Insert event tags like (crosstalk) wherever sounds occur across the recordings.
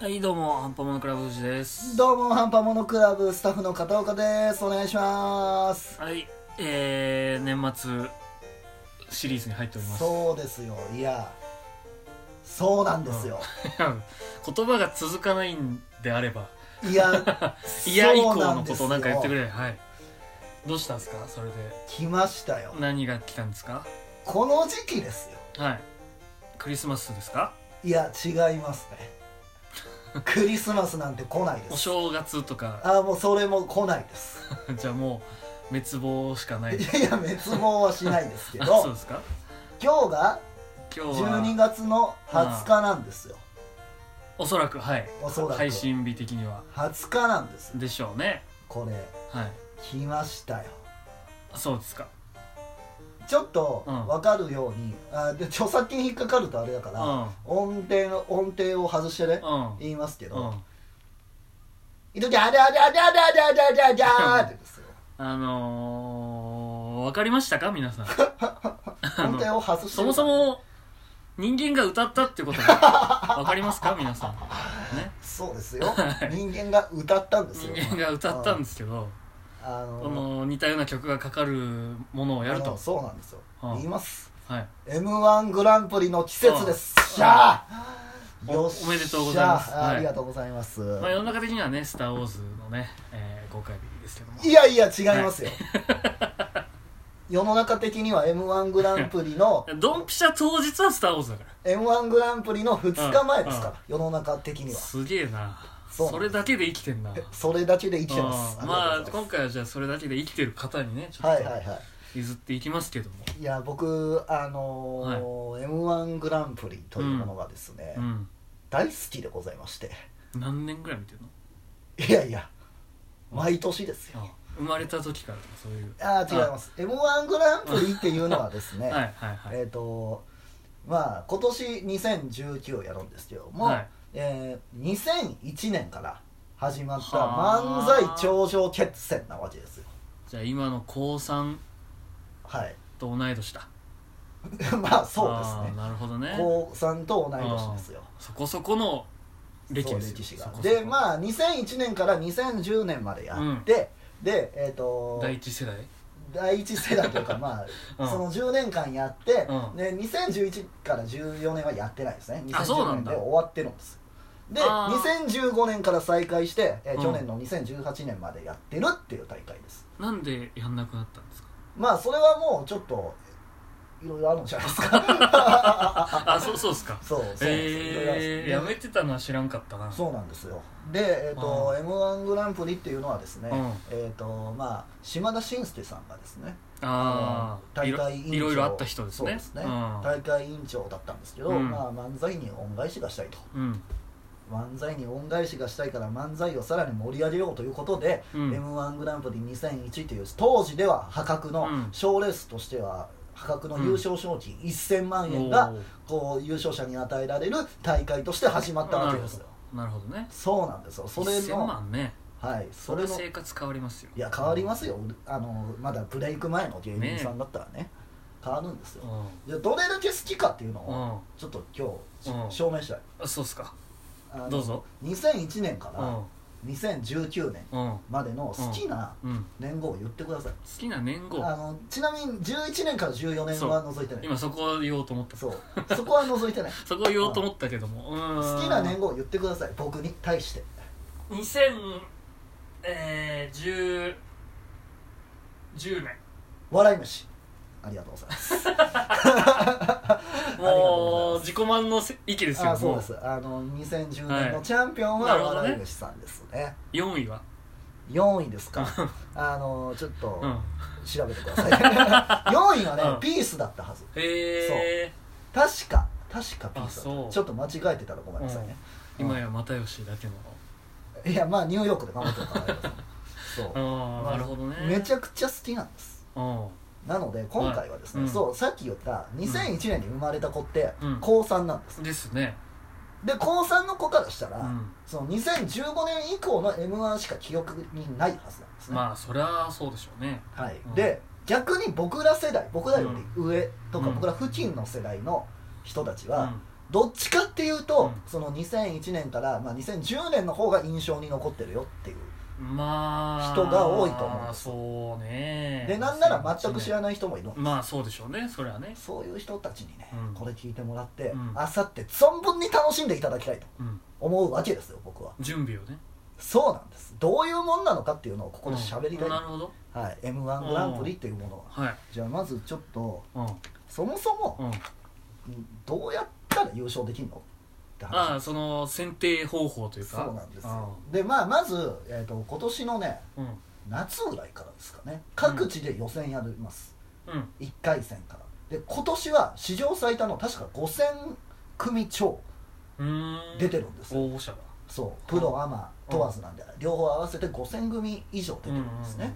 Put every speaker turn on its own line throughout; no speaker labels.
はいどうもアンパモノクラブ藤です
どうもハンパモノクラブスタッフの片岡ですお願いします
はいえー、年末シリーズに入っております
そうですよいやそうなんですよ、
(laughs) 言葉が続かないんであれば
いや
(laughs) いや以降
そう
のことをなんか言ってく
れ
れはいどうしたんですかそれで
来ましたよ
何が来たんですか
この時期ですよ
はいクリスマスですか
いや違いますね
(laughs)
クリスマスなんて来ないで
お
す
正月とか (laughs)
あもうそれも来ないです (laughs)
じゃあもう滅亡しかない
いやいや滅亡はしないですけ
あ (laughs)
ど
そうですか
今日が
今日は
12月の20日なんですよ
おそらくはい
おそらく
配信日的には
20日なんです
でしょうね
これ
はい
来ましたよ
そうですか
ちょっと
うん
分かるように、あで著作権引っかかるとあれだか
う
ら、
ん
音程の音程を外してね、
うん
言いますけ
う
ど
ん
「いときゃあゃあゃあゃあゃあゃあゃあ」ってですよ
あのー、わかりましたか皆
(laughs)
さん。あ
音
の
程を外して
そもそも、人間が歌ったってこと
(laughs)
が、わかりますか皆さん。ね。
そうですよ人間が歌ったんです
人
よ
間が歌ったんですすけど、
あの
この似たような曲がかかるものをやる
あの
と。
そうなんですよ、
うん
言います
はい。
m 1グランプリの季節です、
うん
しゃあ
お
っしゃ
おめでとうございます
あ
はい
ありがとうございます、
まあ世の中的にはね、スター・ウォーズのね、えー公開日ですけども。
いやいや違いますよ、世の中的には m 1グランプリ
(laughs)
の
ドンピシャ当日はスター・ウォーズだか
m 1グランプリの2日前ですから、
うん
世の中的に
ら。
は
すげえな。
そう
それだけで生きてんな。
えそれだけで生きてます
うんまあ
りがと
今
うござい
回はじゃあそれだけで生きてる方にねちょ
ま
っ
すはいはい
と
は
譲っていきますけども、
いいや僕あのー m 1グランプリというものがですね、
うん、
大好きでございまして
何年ぐらい見てるの
いやいや毎年ですよ、
あ生まれた時からとかそういう
ああ違います m 1グランプリっていうのはですね、
はいはいはい、
えっ、とまあ今年2019をやるんですけども、
はい
えー2001年から始まった
は
漫
あ
才頂上決戦なわけですよ
じゃあ今の高3
はい (laughs)
と同い年だ
まあそう
あ
です
ー
ね
なるほどね
高3と同い年ですよ
そこそこの歴
そう
ですよ
歴史
そ
が
こそこ
でまあ2001年から2010年までやって、でえっ、と
第一世代
第一世代というかまあ、
(laughs) うん
その10年間やって、
うん
で2011から14年はやってないですね
あそうな
2010
ん
年
だ
で終わってるんですで
あ
2015年から再開して、えー
うん
去年の2018年までやってるっていう大会です、
なんでやんなくなったんですか
まあそれはもうちょっといろいろあるんじゃないですか
(laughs) あそうそうっすか
そうそうなんですよいろいろあるん
え
で
ー、
す
やめてたのは知らんかったな
そうなんですよで、えーと
う
m 1グランプリっていうのはですね、
うん
えっ、とまあ島田紳介さんがですね
ああ
大会委員長
いろいろあった人です
そう
ね
ですね、
うん
大会委員長だったんですけど、
うん
まあ、漫才に恩返しがしたいと
うん
漫才に恩返しがしたいから漫才をさらに盛り上げようということで、
うん
m 1グランプリ2001という当時では破格の
うん
賞レースとしては破格の優勝賞金1000万円が
おー
こう優勝者に与えられる大会として始まったわけですよ
なるほどね
そうなんですよそれ
1000
の
万ね
はい
そ
そ
れ
れ
は
の
生活変わりますよ
いや変わりますよあのまだブレイク前の芸人さんだったらね変わるんですよ
うんうん
じゃあどれだけ好きかっていうのをちょっと今日し、
うん
証明したい
あそうっすか
あの
どうぞ
2001年か
う
ら
ん
2019年
うん
までの好きな
うん
年号を言ってください、
好きな年号
あのちなみに11年から14年は除いてない
今そこを言おうと思った
そうそこは除いてない
そこを言お (laughs) うと思ったけども好
好きな年号を言ってください僕に対して
2010 10年
笑い飯ありがとうございます
もう自己満のせ域ですよ
あそう
も
で
う
すあの2010年
は
の
い
チャンピオン
な
は
るほどね
笑い飯さんですね
4位は
4位ですかあのちょっと
うん
調べてください
(laughs)
4位はね、
うん
ピースだったはず
へえ
確か確かピー
あ
スだ
そう
ったちょっと間違えてたらごめんなさいね、
今や又吉だけの
いやまあニューヨークで頑張ってるからあれだけどそう、
あ
ま
あ
あ
なるほどね
めち
ゃ
ゃくちゃ好きなんです
うん
なので今回はですね、
はいうん
そうさっき言った2001年に生まれた子って
うん
高3なんです、
ですね
で高3の子からしたら、
うん
その2015年以降の m 1しか記憶にないはずなんですね、
まあそりゃそうでしょうね
はい
うん
で逆に僕ら世代僕らより上とか、
うん
僕ら付近の世代の人たち
う
は、
ん
どっちかっていうと、
うん
その2001年から、まあ、2010年の方が印象に残ってるよっていう
まあ
人が多いと思う
そうね
でなんなら全く知ら
ない
ない人もいる
まあそうでしょうねそれはね
そういう人たちにね、
うん
これ聞いてもらって
うん
あさって存分に楽しんでいただきたいと
うん
思うわけですよ僕は
準備をね
そうなんですどういうもんなのかっていうのをここで喋りたい、
うんなるほど
はい、m 1グランプリっていうものは
はい
じゃあまずちょっと
うん
そもそも
うん
どうやったら優勝できるのって話
ああその選定方法というか
そうなんですよでまあまず、えー、と今年のね
うんうん
夏ぐらいからですかね各地で予選やります、
うん
1回戦からで今年は史上最多の確か5000組超
うーん
出てるんですよ
応募者が
そうプロアマ問わずなんで、両方合わせて5000組以上出てるんですね、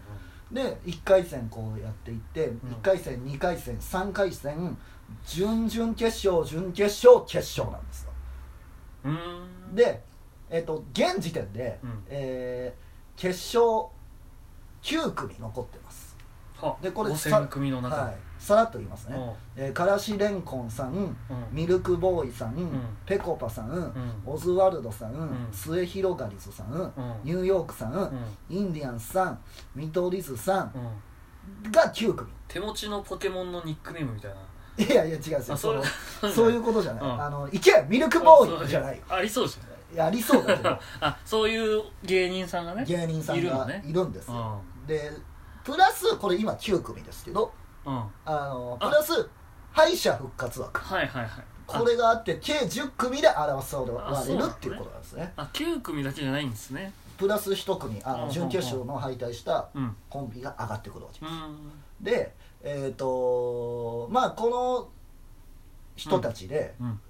で1回戦こうやっていって、
ん
1回戦2回戦3回戦準々決勝準決勝決勝なんですよ
うんうんうんうーん
で、えっと現時点で、
うん
えー決勝9組残ってます
は
でこれ
5000組の中
は
で
い、さらっと言いますね、えーからしれんこんさん
うんうん
ミルクボーイさん、
ん
ぺこぱさん、
ん
オズワルドさん、
ん
末広がりずさん、
うん
ニューヨークさん、
うん
インディアンスさん見取り図さん
うん
が9組
手持ちのポケモンのニックネームみたいない
やいや違うんですよ
あそれ
その (laughs) そういうことじゃない、
うん
あのいけミルクボーイじゃないよ
ありそうですよね
いやありそう (laughs) だけど
あそういう芸人さんがね
芸人さん
いるの
が
ね
いるんです
う
よ
ん
でプラスこれ今9組ですけど
うんは
あの
あ
プラス敗者復活枠
いはいはい
これがあって計10組で争われる
あ
っていうことなんですね
ああ9組だけじゃないんですね
プラス1組あ
うん
の準決勝の敗退した
うん
コンビが上がってくるわけ
う
です、
ん
でえっ、とまあこの人たちで
うん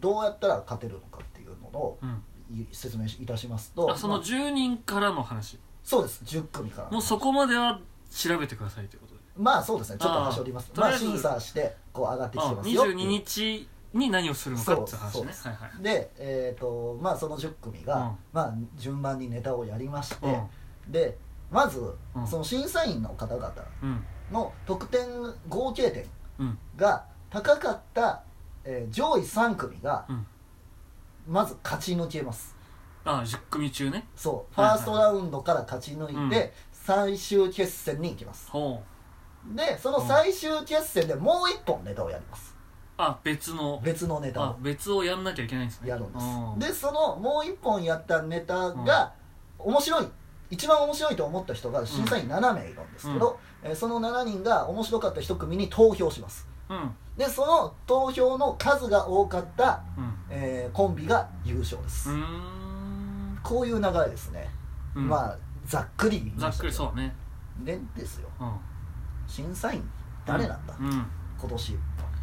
どうやったら勝てるのかっていうのを
うん
い説明いたしますと
あそ
ま
の
あ
10人からの話
そうです10組から
もうそこまでは調べてくださいということで
まあそうですねちょっと端折ります
あー
まあ
とりあえ
審
ず
査してこう上がってき
あ
てますよって
22
いう
日に何をするのかっていう話
そう
ね
です
はいはい
で、えーとまあ、その10組が、
うん
まあ、順番にネタをやりまして、
うん
でまず、
うん
その審査員の方々
うん
の得点合計点
うん
が高かった、えー上位3組が
うん
まず勝ち抜けます
あ10組中ね
そうフ
はい
ァ
はい
ーストラウンドから勝ち抜いて、
うん
最終決戦に行きます
ほう
でその最終決戦でもう1本ネタをやります
あ別の
別のネタ
あ
を
別をやんなきゃいけないんですね
やるんです、
うん
でそのもう一本やったネタが面白い一番面白いと思った人が審査員7名いるんですけど、えーその7人が面白かった1組に投票します
うん
でその投票の数が多かった、
うん
えーコンビが優勝です、
うーん
こういう流れですね、
うん
まあざっくり言い
ざ
ま
っ
した
く
け
り
ど
そうね
ねですよ
うん
審査員誰なんだ、
うん
今年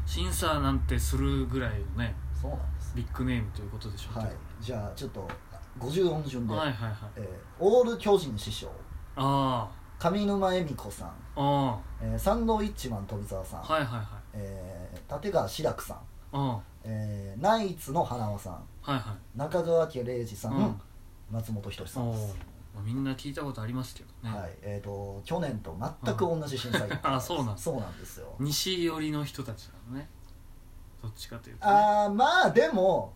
審査なんてするぐらいのね
そうなんです
ビッグネームということでしょう
はいじゃあちょっと50音順で、
はいはいはい
えーオール巨人師匠
あ
上沼恵美子さん
ああ
えーサンドウィッチマン富澤さん、
あはいはいはい
えー立川志らくさん、
うんは
えーナイツの花輪さん
いはい
中川家礼二さん、
うん
松本人志さ
お
ん
お
です、
みんな聞いたことありますけどね、
はいえー、と去年と全く同じ審査員、
あそうなん
そうなんですよ
西寄りの人たちなのねどっちかというと、ね、
あーまあでも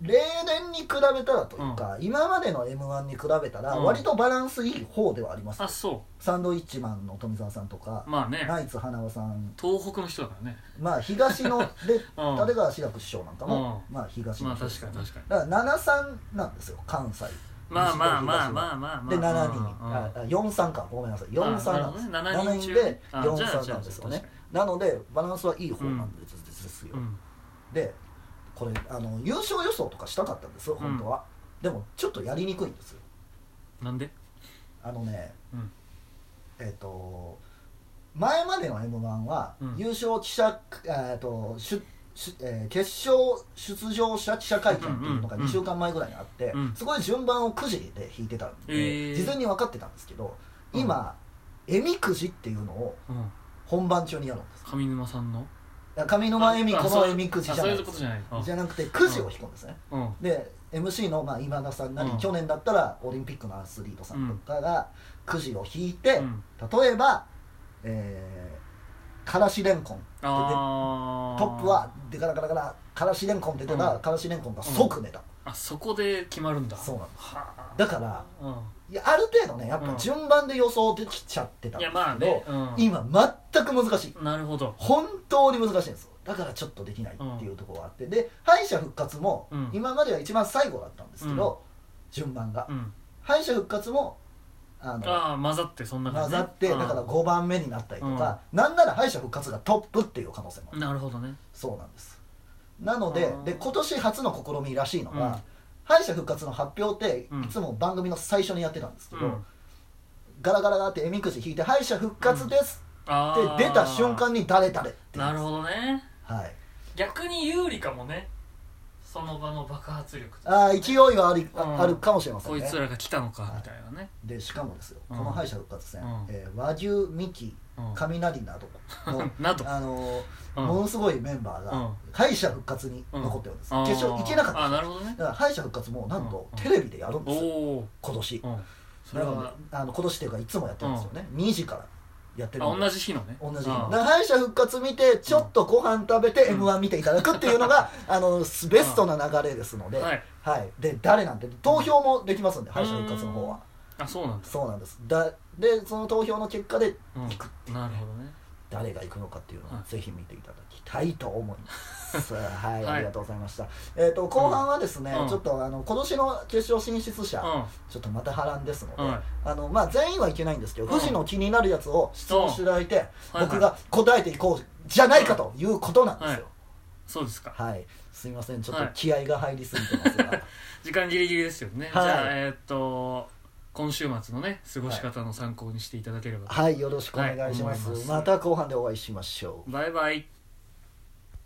例年に比べたらというか、今までの m 1に比べたら
うん
割とバランスいい方ではあります、
あそ
サンドウィッチマンの富澤さんとか
う、まあね、
ナイツ花輪さん
東北の人だからね
まあ東ので
(laughs) うん
立川志らく師匠なんかも、まあ東
ま
の
あ
人です
確
よ
か
ね
に確かに
だから73なんですよ関西
まあまあまあ
あ
まあまあまあ
で7人
うん
ああ43かごめんなさい43なんです
あなるほどね7
7
人
人
中
で
あじゃあ
43
じゃ
な
あ
んですよね
確か
なのでバランスはいい方なんですですよ
うんうん
でこれあの優勝予想とかしたかったんですよ本当はでもちょっとやりにくいんですよ
なんで
あのね
うん
えっと前までの m 1は
うん
優勝記者えっと出出えー決勝出場者記者会見っていうのが
うんうんうん
2週間前ぐらいにあって
うん
そこで順番をくじで引いてたん
へ
で
ー
事前に分かってたんですけど今えみくじっていうのを
うん
本番中にやるんです
上沼さんの
いや上沼恵美子
あそ
の
う
えみくじ
あ
じゃ
そう
ないいうで
こと
す
じゃないあ
じゃなくてくじを引くんですね
うん
で MC のまあ今田さんなり
うん
去年だったらオリンピックのアスリートさんとかがくじを引いて
うん
例えば、えーからしれんこん
あー
トップはでからからからからしれんこんって出たら、
うん
からしれんこんが即出た、
あそこで決まるんだ
そうなの
は
だから
あ、う
いやある程度ねやっぱ順番で予想できちゃってたん
ん、い
です
や
けど、
まあね、うん、
今全く難しい
なるほど
本当に難しいんですよだからちょっとできないっていうところがあってで敗者復活も
うん
今までは一番最後だったんですけど、順番が
うん
敗者復活もあの
ああ混ざってそんな感
混
じ、
ざってだ
うん
から5番目になったりとか、なんなら敗者復活がトップっていう可能性もある
なるほどね
そうなんですなので
うん
で今年初の試みらしいのが、
うん
敗者復活の発表って
うん
いつも番組の最初にやってたんですけ
う
ど、
ん
ガラガラガラってえみくじ引いて「敗者復活です」
あ
っ
ー
て出た瞬間に「誰誰」って言う
なん
で
る
す
ほどね
はい、
逆に有利かもねその場の爆発力と
あー勢いはあり、あ
うん
あるかもしれません
こい
ね
つらが来たのかみたいなね、
でしかもですよ、
うん
この敗者復活戦、
うん
えー和牛ミキ
うん
雷などの
など、
あのー
うん
ものすごいメンバー
う
が
ん
敗者復活に残ってるんです、
あー
決勝行けなかった
あ
ん
な
です
るほどね
だから敗者復活もなんと
うん
テレビでやるん
お
ですよ、
お
今年
ー、うん、そ
な
れ
ので
は
あの今年っていうかいつもやってるんですよね、2時からやってる
あ
んで
同じ日のね
同じ日
あ
の
ー
だから敗者復活見てちょっとご飯食べて
うん
m 1見ていただくっていうの
(laughs)
が、あのベストな流れですので、
はい
はい、で誰なんて投票もできますんで敗者復活の方は
あそうなんだ、
そうなんですだでその投票の結果で
うん、
行くっていうね
なるほど
(laughs)
ね
誰が行くのかっていうのを
はい
ぜひ見ていただきたいと思
(laughs)
います、はい、
はい
ありがとうございました、えっと後半はですね、
うん
ちょっとあの今年の決勝進出者、
う
ちょっとまた波乱ですので、
ん、はい
あのまあ、全員はいけないんですけど、
うん
富士の気になるやつを質問していただいて、
はいはい
僕が答えていこうじゃないかということなんですよ、
そうですか
はいすいませんちょっと
はい
気合が入りすぎてますが、
時間ギリギリですよね、
はい
じゃあえーっと今週末のね過ごし方の参考にしていただければ、
はいよろしくお願いしま
は
す,、
い思います
また後半でお会いしましょう
バイバイ